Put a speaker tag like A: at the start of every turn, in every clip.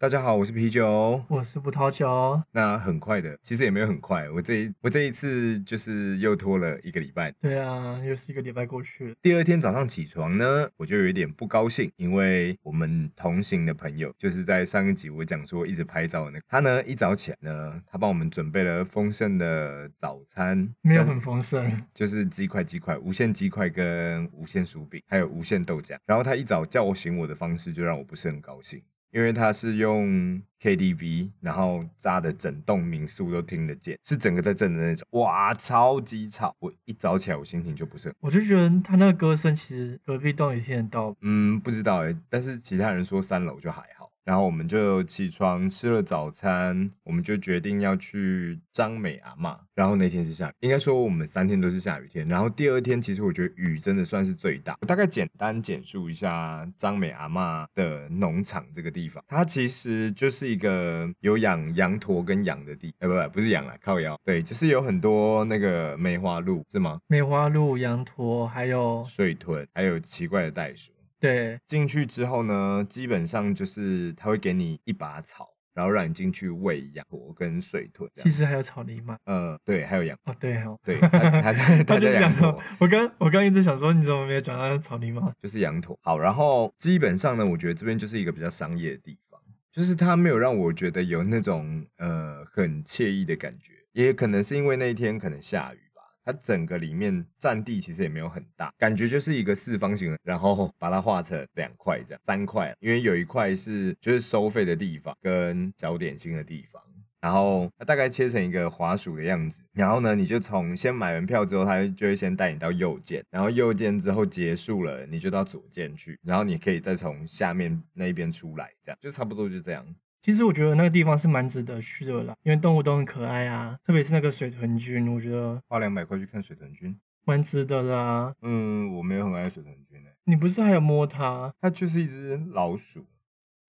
A: 大家好，我是啤酒。
B: 我是葡萄酒，
A: 那很快的，其实也没有很快，我这一我这一次就是又拖了一个礼拜。
B: 对啊，又是一个礼拜过去了，
A: 第二天早上起床呢，我就有一点不高兴，因为我们同行的朋友，就是在上一集我讲说一直拍照的那个，他呢一早起来呢，他帮我们准备了丰盛的早餐，
B: 没有
A: 但
B: 很丰盛。
A: 就是鸡块、鸡块、无限鸡块跟无限薯饼，还有无限豆浆。然后他一早叫醒我的方式就让我不是很高兴，因为他是用 KTV，然后炸的整栋民宿都听得见，是整个在震的那种，哇，超级吵！我一早起来我心情就不是很，
B: 我就觉得他那个歌声，其实隔壁栋也听得到。
A: 嗯，不知道诶、但是其他人说三楼就还好。然后我们就起床吃了早餐，我们就决定要去张美阿嬷。然后那天是下雨，应该说我们三天都是下雨天。然后第二天其实我觉得雨真的算是最大。我大概简单简述一下张美阿嬷的农场这个地方，它其实就是一个有养羊驼跟羊的地，呃，不不是羊啦，靠羊，对，就是有很多那个梅花鹿是吗？
B: 梅花鹿、羊驼，还有
A: 水豚，还有奇怪的袋鼠。
B: 对，
A: 进去之后呢，基本上就是他会给你一把草，然后让你进去喂羊驼跟水豚这
B: 其
A: 样。
B: 实还有草泥马。
A: 呃，对，还有羊，
B: 哦，对哦，
A: 对，他他他
B: 他
A: 他
B: 就
A: 叫
B: 是羊
A: 羊
B: 驼
A: 驼。。
B: 我刚我刚一直想说，你怎么没有讲到草泥马？
A: 就是羊驼。好，然后基本上呢，我觉得这边就是一个比较商业的地方，就是它没有让我觉得有那种呃很惬意的感觉，也可能是因为那一天可能下雨吧，它整个里面占地其实也没有很大，感觉就是一个四方形的，然后把它划成两块这样，三块，啊因为有一块是就是收费的地方跟小点心的地方。然后它大概切成一个滑鼠的样子，然后呢，你就从先买完票之后，它就会先带你到右键，然后右键之后结束了，你就到左键去，然后你可以再从下面那一边出来，这样就差不多就这样。
B: 其实我觉得那个地方是蛮值得去的啦，因为动物都很可爱啊，特别是那个水豚君，我觉得
A: 花两百块去看水豚君，
B: 蛮值得的啊。
A: 嗯，我没有很爱水豚君诶、欸
B: 你不是还有摸它？
A: 它就是一只老鼠，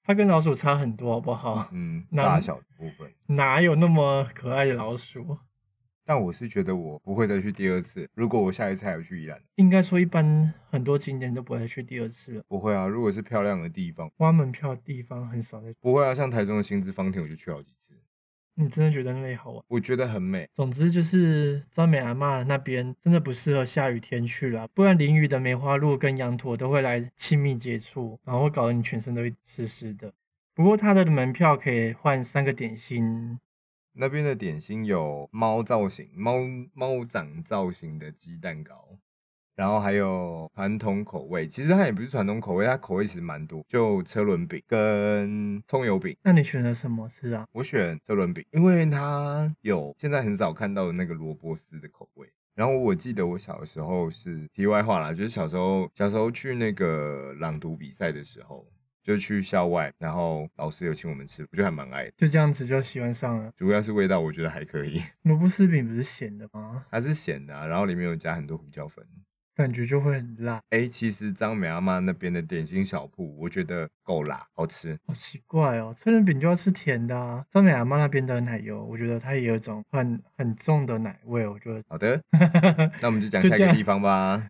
B: 它跟老鼠差很多，好不好？
A: 嗯，
B: 那
A: 大小的部分。
B: 哪有那么可爱的老鼠？
A: 但我是觉得我不会再去第二次，如果我下一次还要去宜兰，
B: 应该说，一般很多景点都不会去第二次了。
A: 不会啊，如果是漂亮的地方，
B: 挖门票的地方很少在，
A: 不会啊，像台中的新之芳庭我就去好几次，
B: 你真的觉得那里好玩？
A: 我觉得很美。
B: 总之就是张美阿嬷那边真的不适合下雨天去啦，不然淋雨的梅花鹿跟羊驼都会来亲密接触，然后搞得你全身都会湿湿的。不过它的门票可以换三个点心，
A: 那边的点心有猫造型、猫猫掌造型的鸡蛋糕，然后还有传统口味，其实它也不是传统口味，它口味其实蛮多，就车轮饼跟葱油饼。
B: 那你选了什么吃啊？
A: 我选车轮饼，因为它有现在很少看到的那个萝卜丝的口味。然后我记得我小时候是题外话啦，就是小时候小时候去那个朗读比赛的时候，就去校外，然后老师有请我们吃，我觉得还蛮爱的，
B: 就这样子就喜欢上了。
A: 主要是味道我觉得还可以。
B: 萝卜丝饼不是咸的吗？
A: 它是咸的啊、然后里面有加很多胡椒粉。
B: 感觉就会很辣，
A: 哎，其实张美阿妈那边的点心小铺，我觉得够辣，好吃。
B: 好奇怪哦。车轮饼就要吃甜的啊。张美阿嬷那边的奶油，我觉得它也有一种很很重的奶味，我觉得
A: 好的，那我们就讲
B: 就
A: 下一
B: 这
A: 个
B: 样
A: 地方吧。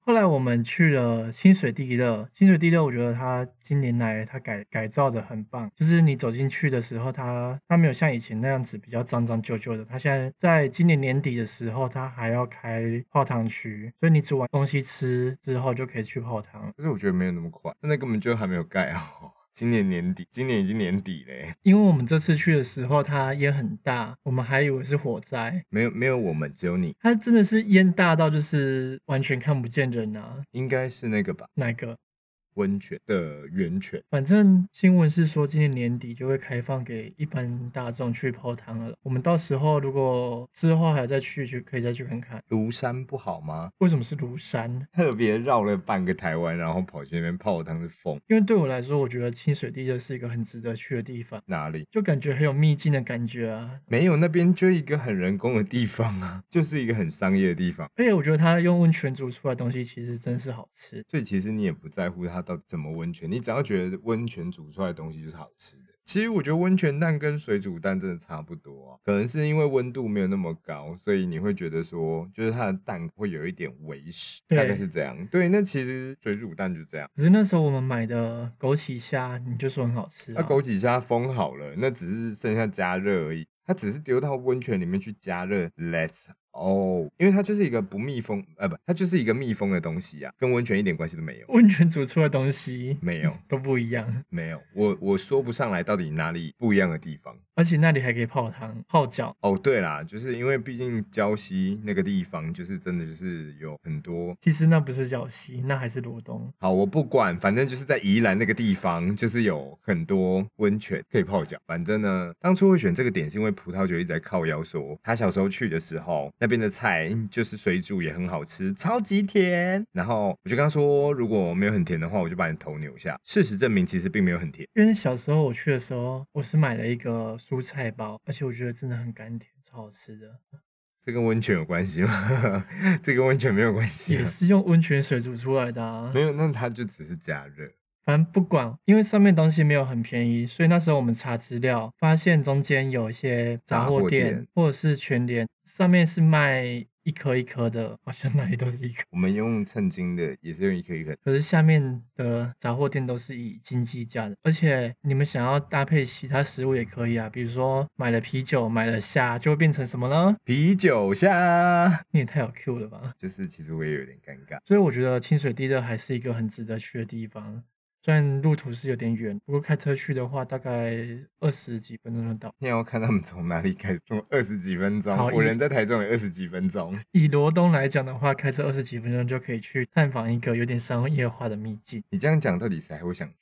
B: 后来我们去了清水地热，清水地热，我觉得它近年来它改改造的很棒，就是你走进去的时候它它没有像以前那样子比较脏脏旧旧的，它现在在今年年底的时候，它还要开泡汤区，所以你煮完东西吃之后就可以去泡汤。
A: 可是我觉得没有那么快，那根本就还没有盖好。今年年底，今年已经年底欸嘞，
B: 因为我们这次去的时候它烟很大，我们还以为是火灾，
A: 没有没有我们，只有你，
B: 它真的是烟大到就是完全看不见人啊，
A: 应该是那个吧，
B: 哪个？
A: 温泉的源泉。
B: 反正新闻是说今年年底就会开放给一般大众去泡汤了。我们到时候如果之后还再去，就可以再去看看。
A: 庐山不好吗？
B: 为什么是庐山？
A: 特别绕了半个台湾，然后跑去那边泡汤是疯
B: 因为对我来说，我觉得清水地热是一个很值得去的地方，
A: 哪里？
B: 就感觉很有秘境的感觉啊。
A: 没有，那边就一个很人工的地方啊，就是一个很商业的地方。
B: 而且我觉得它用温泉煮出来的东西其实真是好吃。
A: 所以其实你也不在乎它到底怎么温泉，你只要觉得温泉煮出来的东西就是好吃的。其实我觉得温泉蛋跟水煮蛋真的差不多啊，可能是因为温度没有那么高，所以你会觉得说，就是它的蛋会有一点微湿，大概
B: 对
A: 是这样。对，那其实水煮蛋就这样。
B: 可是那时候我们买的枸杞虾，你就说很好吃、啊。
A: 那枸杞虾封好了，那只是剩下加热而已，它只是丢到温泉里面去加热。Let's 哦，因为它就是一个不密封，呃，不，它就是一个密封的东西啊，跟温泉一点关系都没有。
B: 温泉煮出的东西
A: 没有，
B: 都不一样，
A: 没有，我我说不上来到底哪里不一样的地方。
B: 而且那里还可以泡汤、泡脚。
A: 哦，对啦，就是因为毕竟礁溪那个地方，就是真的就是有很多。
B: 其实那不是叫西，那还是罗东。
A: 好，我不管，反正就是在宜兰那个地方，就是有很多温泉可以泡脚。反正呢，当初会选这个点是因为葡萄酒一直在靠腰说，他小时候去的时候，那边的菜就是水煮也很好吃，超级甜。然后我就跟他说，如果没有很甜的话，我就把你头扭下。事实证明，其实并没有很甜。
B: 因为小时候我去的时候，我是买了一个蔬菜包，而且我觉得真的很甘甜，超好吃的，
A: 这跟温泉有关系吗？ 这跟温泉没有关系
B: 也
A: 啊。
B: 是用温泉水煮出来的啊
A: 没。有，那它就只是加热。
B: 反正不管，因为上面东西没有很便宜，所以那时候我们查资料，发现中间有一些杂
A: 杂
B: 货
A: 货
B: 店
A: 店
B: 或者是全联，上面是卖一颗一颗的，好像哪里都是一颗，
A: 我们用称斤的，也是用一颗一颗。
B: 可是下面的杂货店都是以斤计价的，而且你们想要搭配其他食物也可以啊，比如说买了啤酒，买了虾，就会变成什么呢？
A: 啤酒虾，
B: 你也太有 Q 了吧！
A: 就是其实我也有点尴尬。
B: 所以我觉得清水地热还是一个很值得去的地方，虽然路途是有点远，不过开车去的话大概二十几分钟就到。
A: 你要看他们从哪里开始，从二十几分钟
B: 好，
A: 我
B: 一
A: 人在台中也二十几分钟。
B: 以罗东来讲的话，开车二十几分钟就可以去探访一个有点商业化的秘境。
A: 你这样讲，到底谁还会想去？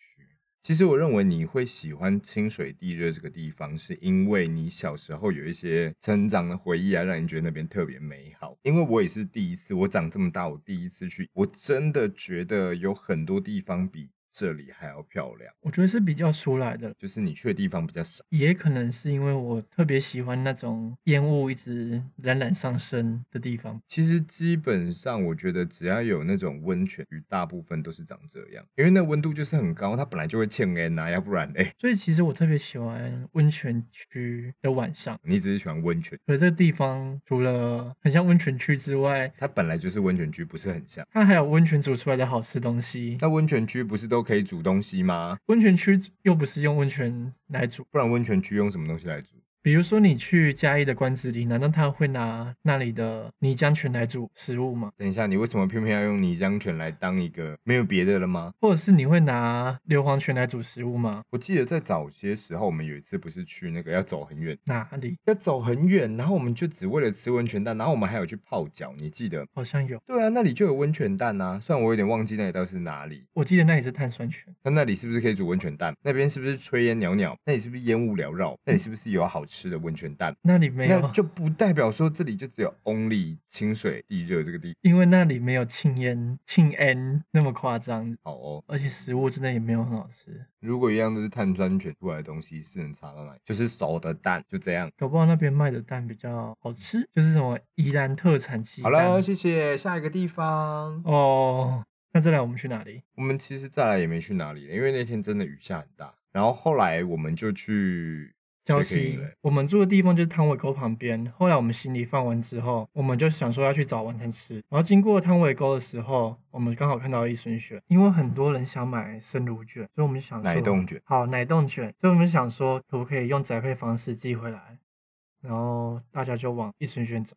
A: 其实我认为你会喜欢清水地热这个地方，是因为你小时候有一些成长的回忆啊，让你觉得那边特别美好。因为我也是第一次，我长这么大，我第一次去，我真的觉得有很多地方比这里还要漂亮，
B: 我觉得是比较出来的，
A: 就是你去的地方比较少。
B: 也可能是因为我特别喜欢那种烟雾一直冉冉上升的地方。
A: 其实基本上，我觉得只要有那种温泉鱼，大部分都是长这样，因为那温度就是很高，它本来就会欠 N 啊，要不然哎、
B: 所以其实我特别喜欢温泉区的晚上。
A: 你只是喜欢温泉，
B: 可是这个地方除了很像温泉区之外，
A: 它本来就是温泉区，不是很像。
B: 它还有温泉煮出来的好吃东西。
A: 那温泉区不是都可以煮东西吗？
B: 温泉区又不是用温泉来煮，
A: 不然温泉区用什么东西来煮？
B: 比如说你去嘉义的关子里，难道他会拿那里的泥浆泉来煮食物吗？
A: 等一下，你为什么偏偏要用泥浆泉来当一个没有别的了吗？
B: 或者是你会拿硫磺泉来煮食物吗？
A: 我记得在早些时候，我们有一次不是去那个要走很远，
B: 哪里
A: 要走很远，然后我们就只为了吃温泉蛋，然后我们还有去泡脚，你记得吗
B: 好像有？
A: 对啊，那里就有温泉蛋啊，虽然我有点忘记那里到底是哪里。
B: 我记得那里是碳酸泉，
A: 那那里是不是可以煮温泉蛋？那边是不是炊烟袅袅？那里是不是烟雾缭绕？那里是不是有好吃的温泉蛋？
B: 那里没
A: 那
B: 有，
A: 就不代表说这里就只有 only 清水地热这个地
B: 因为那里没有庆烟庆安那么夸张，
A: 好哦。
B: 而且食物真的也没有很好吃，
A: 如果一样都是碳酸泉出来的东西，是能差到哪里？就是熟的蛋，就这样。
B: 搞不好那边卖的蛋比较好吃，就是什么宜兰特产鸡
A: 好
B: 蛋。
A: 了，谢谢。下一个地方，
B: 哦，那再来我们去哪里？
A: 我们其实再来也没去哪里了，因为那天真的雨下很大。然后后来我们就去水
B: 礁
A: 坑
B: 溪
A: 营了，
B: 我们住的地方就是汤尾沟旁边。后来我们行李放完之后，我们就想说要去找晚餐吃。然后经过汤尾沟的时候，我们刚好看到益生轩，因为很多人想买生乳卷，所以我们想说
A: 奶冻卷。
B: 好奶冻卷，所以我们想说可不可以用宅配方式寄回来，然后大家就往益生轩走。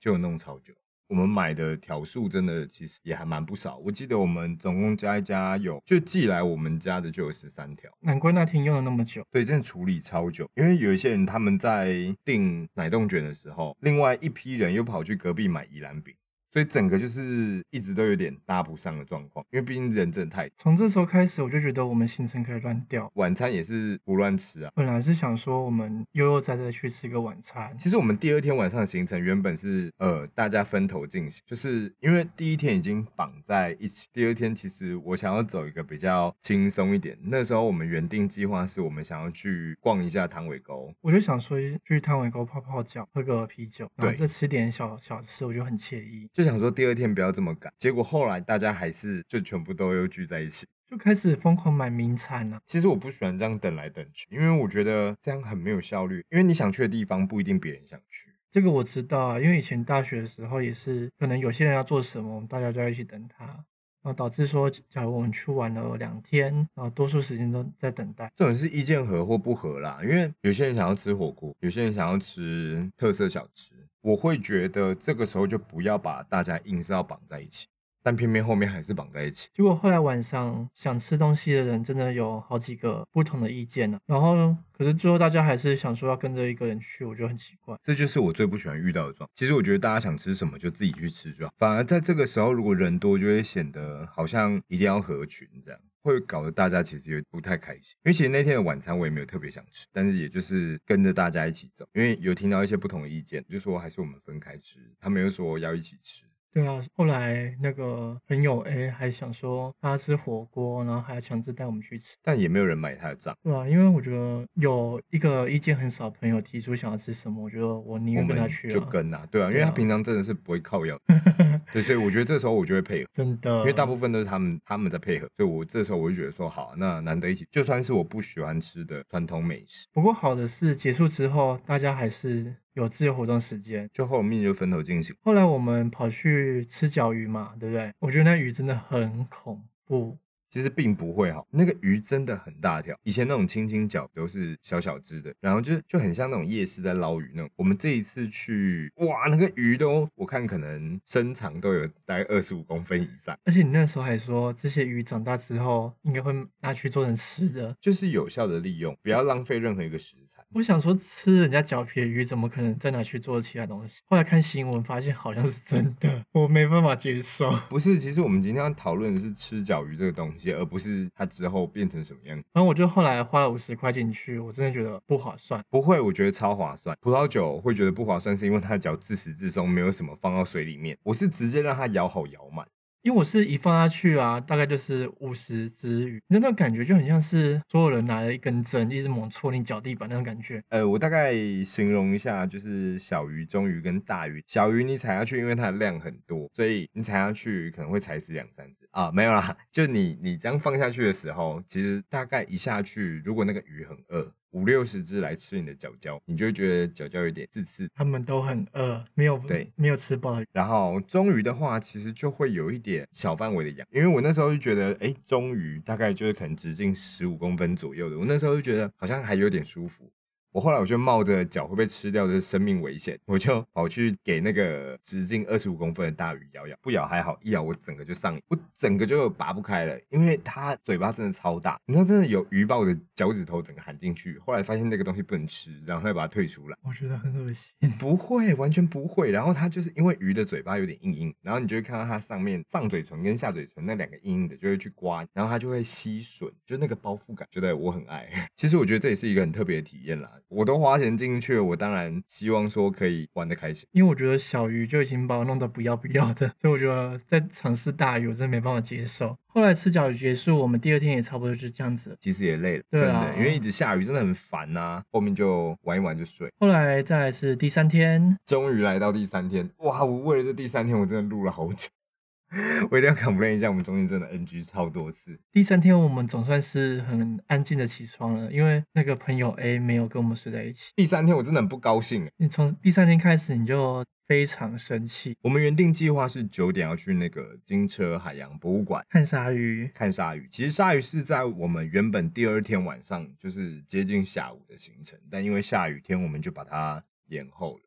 A: 就有弄超久。我们买的条数真的其实也还蛮不少，我记得我们总共加一加有就寄来我们家的就有十三条，
B: 难怪那天用了那么久，
A: 对，真的处理超久。因为有一些人他们在订奶冻卷的时候，另外一批人又跑去隔壁买宜兰饼，所以整个就是一直都有点搭不上的状况，因为毕竟人真的太
B: 从这时候开始我就觉得我们行程可以乱掉。
A: 晚餐也是胡乱吃啊。
B: 本来是想说我们悠悠哉哉去吃个晚餐，
A: 其实我们第二天晚上的行程原本是呃大家分头进行，就是因为第一天已经绑在一起，第二天其实我想要走一个比较轻松一点。那时候我们原定计划是我们想要去逛一下汤尾沟，
B: 我就想说去汤唯沟泡泡脚，喝个啤酒，然后
A: 对
B: 再吃点小小吃，我就很惬意。
A: 就想说第二天不要这么赶。结果后来大家还是就全部都又聚在一起，
B: 就开始疯狂买名啊产了、
A: 其实我不喜欢这样等来等去，因为我觉得这样很没有效率。因为你想去的地方不一定别人想去。
B: 这个我知道啊，因为以前大学的时候也是，可能有些人要做什么，我们大家就要一起等他，然后导致说，假如我们去玩了两天，然后多数时间都在等待。
A: 这种是意见合或不合啦，因为有些人想要吃火锅，有些人想要吃特色小吃，我会觉得这个时候就不要把大家硬是要绑在一起，但偏偏后面还是绑在一起。
B: 结果后来晚上想吃东西的人真的有好几个不同的意见呢、然后可是最后大家还是想说要跟着一个人去，我觉得很奇怪。
A: 这就是我最不喜欢遇到的状况。其实我觉得大家想吃什么就自己去吃就好，反而在这个时候如果人多，就会显得好像一定要合群这样，会搞得大家其实也不太开心。因为其实那天的晚餐我也没有特别想吃，但是也就是跟着大家一起走，因为有听到一些不同的意见，就说还是我们分开吃，他们又说要一起吃。
B: 对啊，后来那个朋友 A 还想说他吃火锅，然后还强制带我们去吃。
A: 但也没有人买他的账，
B: 对啊，因为我觉得有一个意见很少的朋友提出想要吃什么，我觉得我宁
A: 我
B: 愿跟他
A: 们
B: 去、啊。
A: 就跟啊，对啊，因为
B: 对
A: 他
B: 啊
A: 平常真的是不会靠 腰，对，所以我觉得这时候我就会配合。
B: 真的，
A: 因为大部分都是他们他们在配合，所以我这时候我就觉得说好，那难得一起，就算是我不喜欢吃的传统美食，
B: 不过好的是结束之后，大家还是有自由活动时间。
A: 就后面就分头进行。
B: 后来我们跑去吃脚鱼嘛，对不对？我觉得那鱼真的很恐怖，
A: 其实并不会好，那个鱼真的很大条，以前那种青青角都是小小只的，然后就就很像那种夜市在捞鱼那种。我们这一次去，哇，那个鱼都我看可能身长都有大概二十五公分以上，
B: 而且你那时候还说这些鱼长大之后应该会拿去做成吃的。
A: 就是有效的利用，不要浪费任何一个食材。
B: 我想说，吃人家脚皮的鱼怎么可能再拿去做其他东西？后来看新闻发现好像是真的，我没办法接受。
A: 不是，其实我们今天要讨论的是吃脚鱼这个东西，而不是它之后变成什么样子。
B: 然后我就后来花了五十块进去，我真的觉得不划算。
A: 不会，我觉得超划算。葡萄酒会觉得不划算，是因为它的脚自始至终没有什么放到水里面，我是直接让它摇好摇满。
B: 因为我是一放下去啊，大概就是五十只鱼，那种感觉就很像是所有人拿了一根针，一直猛戳你脚底板那种感觉。
A: 呃，我大概形容一下，就是小鱼、中鱼跟大鱼。小鱼你踩下去，因为它的量很多，所以你踩下去可能会踩死两三只啊，没有啦。 就你你这样放下去的时候，其实大概一下去，如果那个鱼很饿，五六十只来吃你的脚脚，你就会觉得脚脚有点刺刺
B: 他们都很饿，没有
A: 对
B: 没有吃饱的鱼。
A: 然后中鱼的话，其实就会有一点小范围的痒，因为我那时候就觉得，哎，中鱼大概就是可能直径十五公分左右的，我那时候就觉得好像还有点舒服。我后来我就冒着脚会被吃掉的生命危险，我就跑去给那个直径二十五公分的大鱼咬咬，不咬还好，一咬我整个就上瘾，我整个就拔不开了，因为它嘴巴真的超大，你知道真的有鱼把我的脚趾头整个含进去，后来发现那个东西不能吃，然后再把它退出来。
B: 我觉得很恶心，
A: 嗯不会，完全不会。然后它就是因为鱼的嘴巴有点硬硬，然后你就会看到它上面上嘴唇跟下嘴唇那两个硬硬的就会去刮，然后它就会吸吮，就那个包覆感，觉得我很爱。 其实我觉得这也是一个很特别的体验啦。我都花钱进去了，我当然希望说可以玩的开心。
B: 因为我觉得小鱼就已经把我弄得不要不要的，所以我觉得在尝试大鱼我真的没办法接受。后来吃脚鱼结束，我们第二天也差不多就这样子。
A: 其实也累了，
B: 对
A: 真
B: 啊
A: 的，因为一直下雨真的很烦呐、后面就玩一玩就睡。
B: 后来再来是第三天，
A: 终于来到第三天，哇！我为了这第三天，我真的录了好久。 我一定要 complain 一下，我们中间真的 NG 超多次。
B: 第三天我们总算是很安静的起床了，因为那个朋友 A 没有跟我们睡在一起。
A: 第三天我真的很不高兴，
B: 你从第三天开始你就非常生气，
A: 我们原定计划是九点要去那个金车海洋博物馆
B: 看鲨鱼，
A: 看鲨鱼。其实鲨鱼是在我们原本第二天晚上，就是接近下午的行程，但因为下雨天，我们就把它延后了。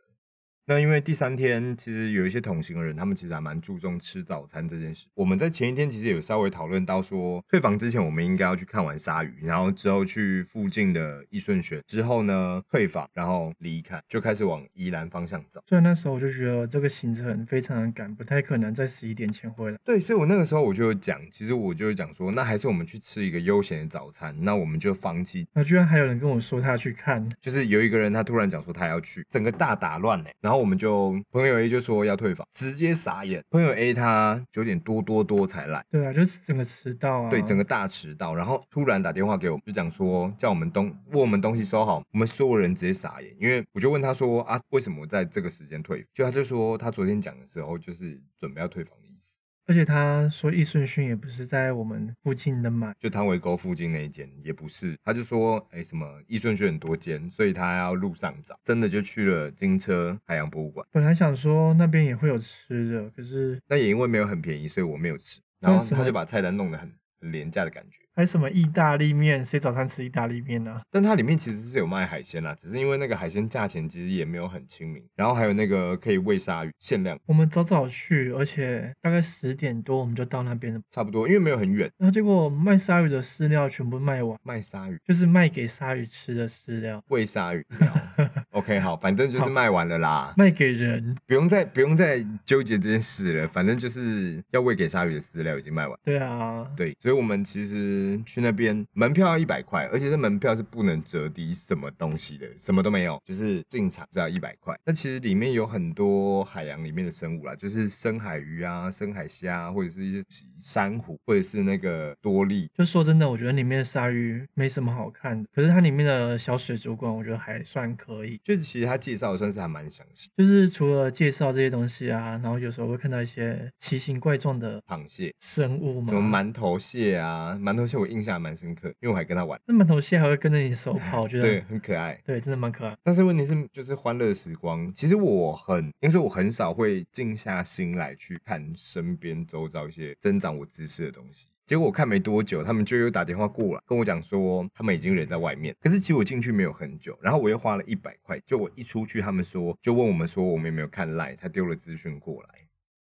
A: 那因为第三天，其实有一些同行的人，他们其实还蛮注重吃早餐这件事。我们在前一天其实有稍微讨论到说，退房之前我们应该要去看完鲨鱼，然后之后去附近的益顺学，之后呢退房，然后离开，就开始往宜兰方向走。
B: 所以那时候我就觉得这个行程非常的赶，不太可能在十一点前回来。
A: 对，所以我那个时候我就有讲，其实我就有讲说，那还是我们去吃一个悠闲的早餐，那我们就放弃。
B: 然后居然还有人跟我说他要去看，
A: 就是有一个人他突然讲说他要去，整个大打乱呢、然后我们就朋友 A 就说要退房，直接傻眼。朋友 A 他九点多多多才来，
B: 对啊，就是整个迟到啊，
A: 对，整个大迟到，然后突然打电话给我，就讲说叫我们东问我们东西收好，我们所有人直接傻眼，因为我就问他说啊，为什么我在这个时间退？就他就说他昨天讲的时候就是准备要退房的意思。
B: 而且他说易顺逊也不是在我们附近的买，
A: 就汤围沟附近那一间也不是，他就说，哎、什么易顺轩很多间，所以他要路上找，真的就去了金车海洋博物馆，
B: 本来想说那边也会有吃的，可是
A: 但也因为没有很便宜，所以我没有吃，然
B: 那
A: 后
B: 什
A: 他就
B: 么
A: 把菜单弄得很很廉价的感觉，
B: 还有什么意大利面，谁早餐吃意大利面啊呢、
A: 但它里面其实是有卖海鲜啦，只是因为那个海鲜价钱其实也没有很亲民，然后还有那个可以喂鲨鱼，限量
B: 我们早早去，而且大概十点多我们就到那边了，
A: 差不多，因为没有很远，
B: 然后结果卖鲨鱼的饲料全部卖完，
A: 卖鲨鱼。
B: 就是卖给鲨鱼吃的饲料，
A: 喂鲨鱼 苗，OK，好，反正就是
B: 好
A: 卖完了啦，
B: 卖给人。
A: 不用再不用再纠结这件事了，反正就是要喂给鲨鱼的饲料已经卖完。
B: 对啊，
A: 对，所以我们其实去那边门票要一百块，而且这门票是不能折抵什么东西的，什么都没有，就是进场只要一百块。那其实里面有很多海洋里面的生物啦，就是深海鱼啊、深海虾啊，或者是一些珊瑚，或者是那个多利。
B: 就说真的，我觉得里面的鲨鱼没什么好看的，可是它里面的小水族馆我觉得还算可以。
A: 就是其实他介绍的算是还蛮详细，
B: 就是除了介绍这些东西啊，然后有时候会看到一些奇形怪状的
A: 螃蟹。
B: 生物嘛，
A: 什么馒头蟹啊，馒头蟹我印象还蛮深刻，因为我还跟他玩，
B: 那馒头蟹还会跟着你手跑，我觉得
A: 对，很可爱。
B: 对真的蛮可爱。
A: 但是问题是，就是欢乐时光，其实我很，因为我很少会静下心来去看身边周遭一些增长我知识的东西。结果我看没多久，他们就又打电话过来跟我讲说，他们已经人在外面。可是其实我进去没有很久，然后我又花了一百块。就我一出去，他们说就问我们说我们有没有看 Line，他丢了资讯过来。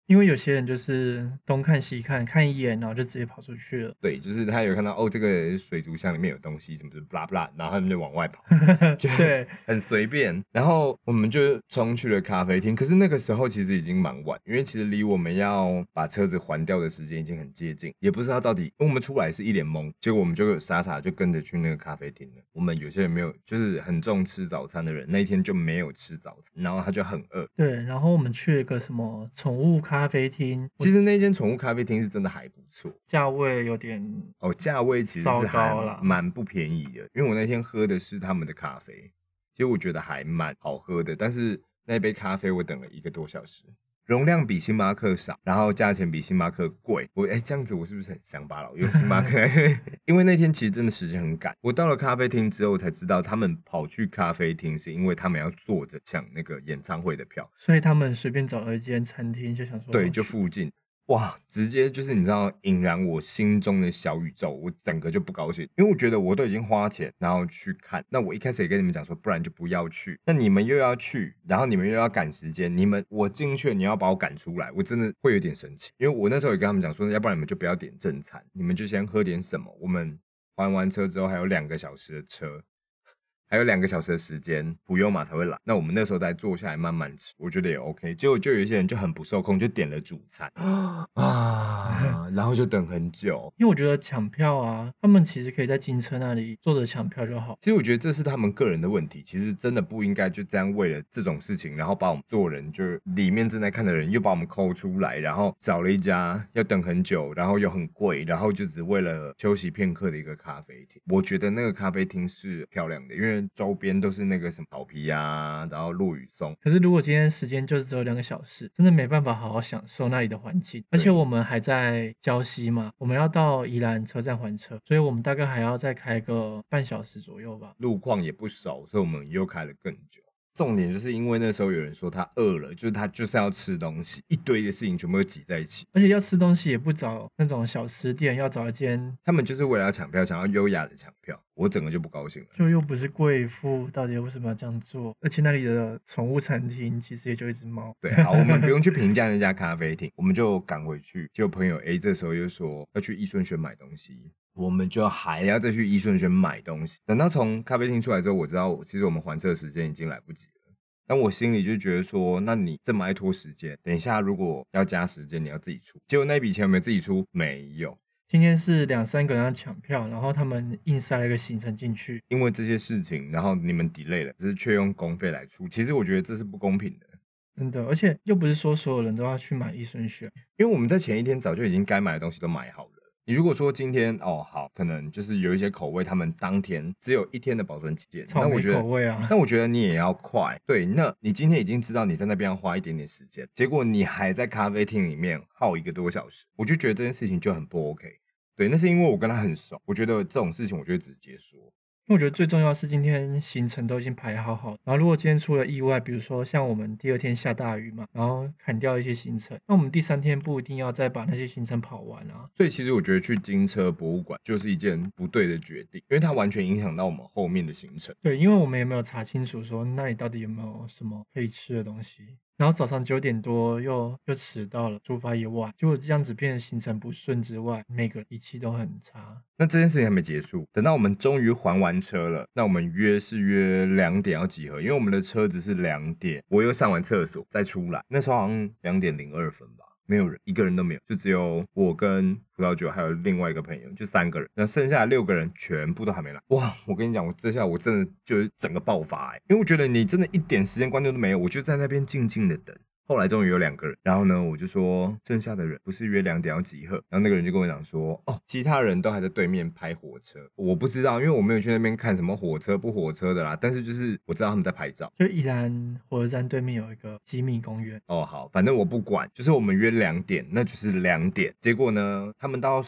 B: 因为有些人就是东看西看，看一眼然后就直接跑出去了。
A: 对，就是他有看到哦，这个水族箱里面有东西，什么的，blah blah，然后他们就往外跑。就
B: 对，
A: 很随便。然后我们就冲去了咖啡厅，可是那个时候其实已经蛮晚，因为其实离我们要把车子还掉的时间已经很接近，也不知道到底，因为我们出来是一脸懵，结果我们就有傻傻就跟着去那个咖啡厅了。我们有些人没有，就是很重吃早餐的人，那一天就没有吃早餐，然后他就很饿。
B: 对，然后我们去了一个什么宠物咖啡厅，
A: 其实那间宠物咖啡厅是真的还不错
B: 价位有点
A: 哦，价位其实
B: 稍
A: 是
B: 高啦
A: 还蛮不便宜的，因为我那天喝的是他们的咖啡，其实我觉得还蛮好喝的，但是那杯咖啡我等了一个多小时，容量比星巴克少，然后价钱比星巴克贵。我哎、这样子我是不是很乡巴佬？用星巴克，因为那天其实真的时间很赶。我到了咖啡厅之后才知道，他们跑去咖啡厅是因为他们要坐着抢那个演唱会的票，
B: 所以他们随便找了一间餐厅，就想说哦
A: 对，就
B: 去
A: 附近。哇，直接就是你知道，引燃我心中的小宇宙，我整个就不高兴，因为我觉得我都已经花钱，然后去看，那我一开始也跟你们讲说，不然就不要去，那你们又要去，然后你们又要赶时间，你们我进去，你要把我赶出来，我真的会有点生气，因为我那时候也跟他们讲说，要不然你们就不要点正餐，你们就先喝点什么，我们还完车之后还有两个小时的车，还有两个小时的时间，普悠玛才会来。那我们那时候再坐下来慢慢吃，我觉得也 OK。结果就有一些人就很不受控，就点了主餐啊，然后就等很久。
B: 因为我觉得抢票啊，他们其实可以在金车那里坐着抢票就好。
A: 其实我觉得这是他们个人的问题，其实真的不应该就这样为了这种事情，然后把我们做人就是里面正在看的人又把我们抠出来，然后找了一家要等很久，然后又很贵，然后就只为了休息片刻的一个咖啡厅。我觉得那个咖啡厅是漂亮的，因为周边都是那个什么草皮啊，然后落雨松，
B: 可是如果今天时间就是只有两个小时，真的没办法好好享受那里的环境。而且
A: 对
B: 我们还在礁溪嘛，我们要到宜兰车站还车，所以我们大概还要再开个半小时左右吧。
A: 路况也不熟，所以我们又开了更久。重点就是因为那时候有人说他饿了，就是他就是要吃东西，一堆的事情全部都挤在一起。
B: 而且要吃东西也不找那种小吃店，要找一间
A: 他们就是为了要抢票，想要优雅的抢票，我整个就不高兴了。
B: 就又不是贵妇，到底为什么要这样做？而且那里的宠物餐厅其实也就一只猫。
A: 对，好，我们不用去评价那家咖啡厅，我们就赶回去。结果朋友 A 这时候又说要去易顺轩买东西，我们就还要再去易顺轩买东西。等到从咖啡厅出来之后，我知道我其实我们还车的时间已经来不及了。但我心里就觉得说，那你这么爱拖时间，等一下如果要加时间，你要自己出。结果那笔钱有没有自己出？没有，
B: 今天是两三个人要抢票，然后他们硬塞了一个行程进去，
A: 因为这些事情，然后你们 delay 了，只是却用公费来出。其实我觉得这是不公平的。
B: 真的，而且又不是说所有人都要去买益顺轩，
A: 因为我们在前一天早就已经该买的东西都买好了，你如果说今天哦好，可能就是有一些口味，他们当天只有一天的保存期限，
B: 草
A: 那我
B: 莓
A: 觉
B: 口
A: 得。
B: 味啊，
A: 那我觉得你也要快，对。那你今天已经知道你在那边要花一点点时间，结果你还在咖啡厅里面耗一个多小时，我就觉得这件事情就很不 OK。对，那是因为我跟他很熟，我觉得这种事情我就会直接说。
B: 因为我觉得最重要的是今天行程都已经排好好，然后如果今天出了意外，比如说像我们第二天下大雨嘛，然后砍掉一些行程，那我们第三天不一定要再把那些行程跑完啊。
A: 所以其实我觉得去金车博物馆就是一件不对的决定，因为它完全影响到我们后面的行程。
B: 对，因为我们也没有查清楚说那里到底有没有什么可以吃的东西，然后早上九点多又又迟到了，出发也晚，结果这样子变得行程不顺之外，每个仪器都很差。
A: 那这件事情还没结束，等到我们终于还完车了，那我们约是约两点要集合，因为我们的车子是两点，我又上完厕所再出来，那时候好像两点零二分吧。没有人，一个人都没有，就只有我跟葡萄酒还有另外一个朋友，就三个人。那剩下的六个人全部都还没来。哇，我跟你讲，我这下我真的就是整个爆发哎、因为我觉得你真的一点时间观念都没有，我就在那边静静的等。后来终于有两个人，然后呢，我就说剩下的人不是约两点要集合，然后那个人就跟我讲说，哦，其他人都还在对面拍火车，我不知道，因为我没有去那边看什么火车不火车的啦，但是就是我知道他们在拍照。
B: 就宜兰火车站对面有一个机密公园，
A: 哦，好，反正我不管，就是我们约两点，那就是两点。结果呢，他们到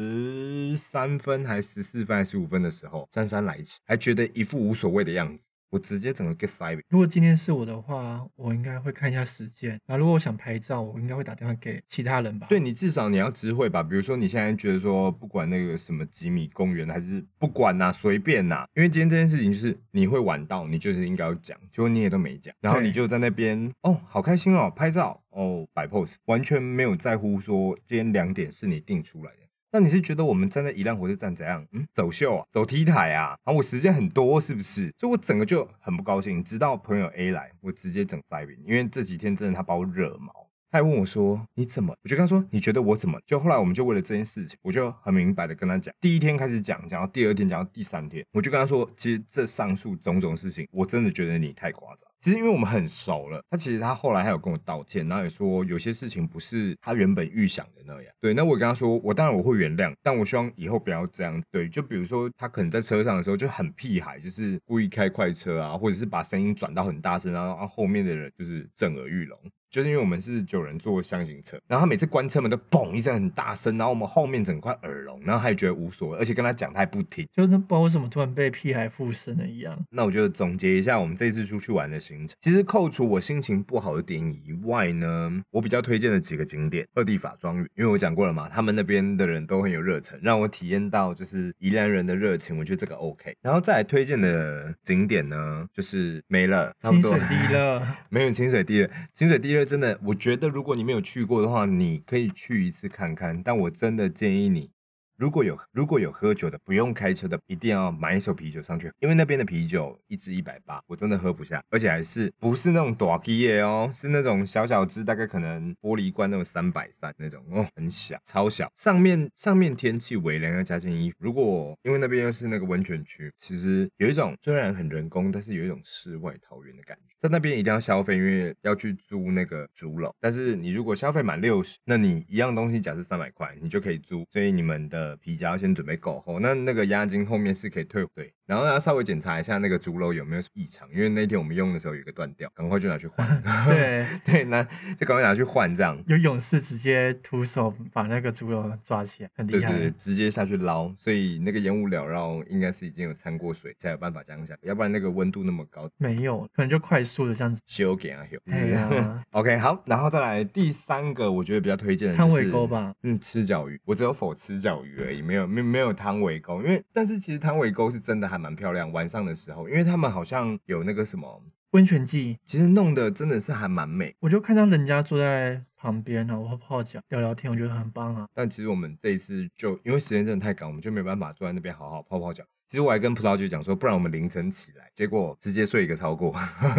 A: 十三分还十四分还十五分的时候，姗姗来迟，还觉得一副无所谓的样子，我直接整个 get s i d e
B: 如果今天是我的话，我应该会看一下时间。然后如果我想拍照，我应该会打电话给其他人吧。
A: 对，你至少你要知会吧，比如说你现在觉得说不管那个什么几米公园还是不管呐、随便呐、因为今天这件事情就是你会晚到，你就是应该要讲，结果你也都没讲，然后你
B: 对
A: 就在那边哦，好开心哦，拍照哦，摆 pose，完全没有在乎说今天两点是你定出来的。那你是觉得我们站在宜兰火车站怎样？嗯，走秀啊，走 T 台啊，然后我时间很多是不是？所以我整个就很不高兴。直到朋友 A 来，我直接整塞宾，因为这几天真的他把我惹毛。他还问我说：“你怎么？”我就跟他说：“你觉得我怎么？”就后来我们就为了这件事情，我就很明白的跟他讲，第一天开始讲，讲到第二天，讲到第三天，我就跟他说：“其实这上述种种事情，我真的觉得你太夸张。”其实因为我们很熟了，他其实他后来还有跟我道歉，然后也说有些事情不是他原本预想的那样。对，那我也跟他说，我当然我会原谅，但我希望以后不要这样。对，就比如说他可能在车上的时候就很屁孩，就是故意开快车啊，或者是把声音转到很大声，然后让啊后面的人就是震耳欲聋。就是因为我们是九人座箱型车，然后他每次关车门都嘣一声很大声，然后我们后面整块耳聋，然后他也觉得无所谓，而且跟他讲他还不听。
B: 就是不知道为什么突然被屁孩附身了一样。
A: 那我就总结一下我们这次出去玩的行程。其实扣除我心情不好的点以外呢，我比较推荐的几个景点，二地法庄园，因为我讲过了嘛，他们那边的人都很有热忱，让我体验到就是宜兰人的热情，我觉得这个 OK。然后再来推荐的景点呢，就是没了，差不
B: 清
A: 多
B: 水地 热，。
A: 没有清水地热，清水地热真的，我觉得如果你没有去过的话，你可以去一次看看。但我真的建议你，如果有如果有喝酒的，不用开车的，一定要买一手啤酒上去，因为那边的啤酒一支一百八，我真的喝不下，而且还是不是那种短啤耶哦，是那种小小支，大概可能玻璃罐那种三百三那种哦，很小，超小。上面上面天气微凉，要加件衣服。如果因为那边又是那个温泉区，其实有一种虽然很人工，但是有一种世外桃源的感觉。在那边一定要消费，因为要去租那个竹楼。但是你如果消费满六十，那你一样东西假设三百块，你就可以租。所以你们的皮夹要先准备够厚，那那个押金后面是可以退回。然后要稍微检查一下那个竹楼有没有异常，因为那天我们用的时候有一个断掉，赶快就拿去换
B: 对，
A: 对，那就赶快拿去换这样。
B: 有勇士直接徒手把那个猪肉抓起来，很
A: 对
B: 厉害。
A: 对对，直接下去捞，所以那个烟雾缭绕，应该是已经有掺过水才有办法这样下，要不然那个温度那么高，
B: 没有，可能就快速的 这样子。
A: 修给啊修。
B: 哎呀
A: OK，好，然后再来第三个，我觉得比较推荐的就是
B: 汤围沟吧，
A: 嗯，吃脚鱼，我只有否吃脚鱼而已，没有没有没有汤围沟，因为但是其实汤围沟是真的还蛮漂亮，晚上的时候，因为他们好像有那个什么，
B: 温泉季，
A: 其实弄的真的是还蛮美。
B: 我就看到人家坐在旁边，然后泡泡脚聊聊天，我觉得很棒啊。
A: 但其实我们这一次就因为时间真的太赶，我们就没办法坐在那边好好泡泡脚。其实我还跟葡萄酒讲说，不然我们凌晨起来，结果直接睡一个超过，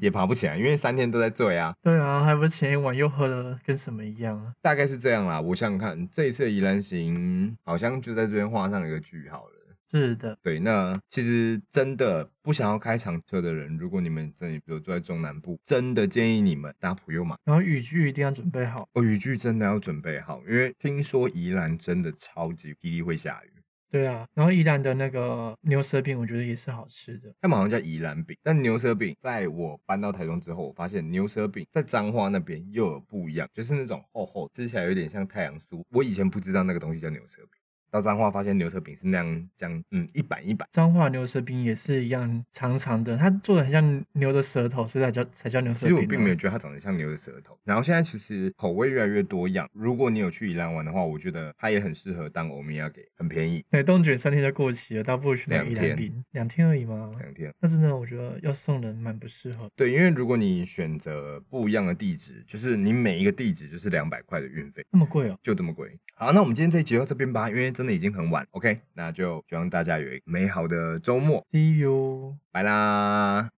A: 也爬不起来，因为三天都在醉啊，
B: 对啊，还不是前一晚又喝了跟什么一样啊。
A: 大概是这样啦。我想想看，这一次的宜兰行好像就在这边画上一个句号了。
B: 是的，
A: 对，那其实真的不想要开长车的人，如果你们这里比如住在中南部，真的建议你们搭普悠玛。
B: 然后雨具一定要准备好。
A: 哦，雨具真的要准备好，因为听说宜兰真的超级霹雳会下雨。
B: 对啊，然后宜兰的那个牛舌饼，我觉得也是好吃的。
A: 他们好像叫宜兰饼，但牛舌饼在我搬到台中之后，我发现牛舌饼在彰化那边又有不一样，就是那种厚厚，吃起来有点像太阳酥。我以前不知道那个东西叫牛舌饼，到彰化发现牛舌饼是那样这样，嗯，一板一板。
B: 彰化牛舌饼也是一样长长的，它做的很像牛的舌头，所以才叫才叫牛
A: 其
B: 舌饼
A: 实
B: 啊、
A: 我并没有觉得它长得像牛的舌头。然后现在其实口味越来越多样，如果你有去宜兰玩的话，我觉得它也很适合当欧米亚给，很便宜，
B: 冷冻卷三天就过期了，倒不如去买
A: 两
B: 宜兰
A: 天
B: 饼，两天而已嘛。
A: 两天。
B: 那真的我觉得要送人蛮不适合的。
A: 对，因为如果你选择不一样的地址，就是你每一个地址就是两百块的运费，
B: 那么贵哦，
A: 就这么贵。好，那我们今天这一集就到这边吧，因为真的已经很晚。OK，那就希望大家有一个美好的周末，哎
B: 低 u
A: 拜啦。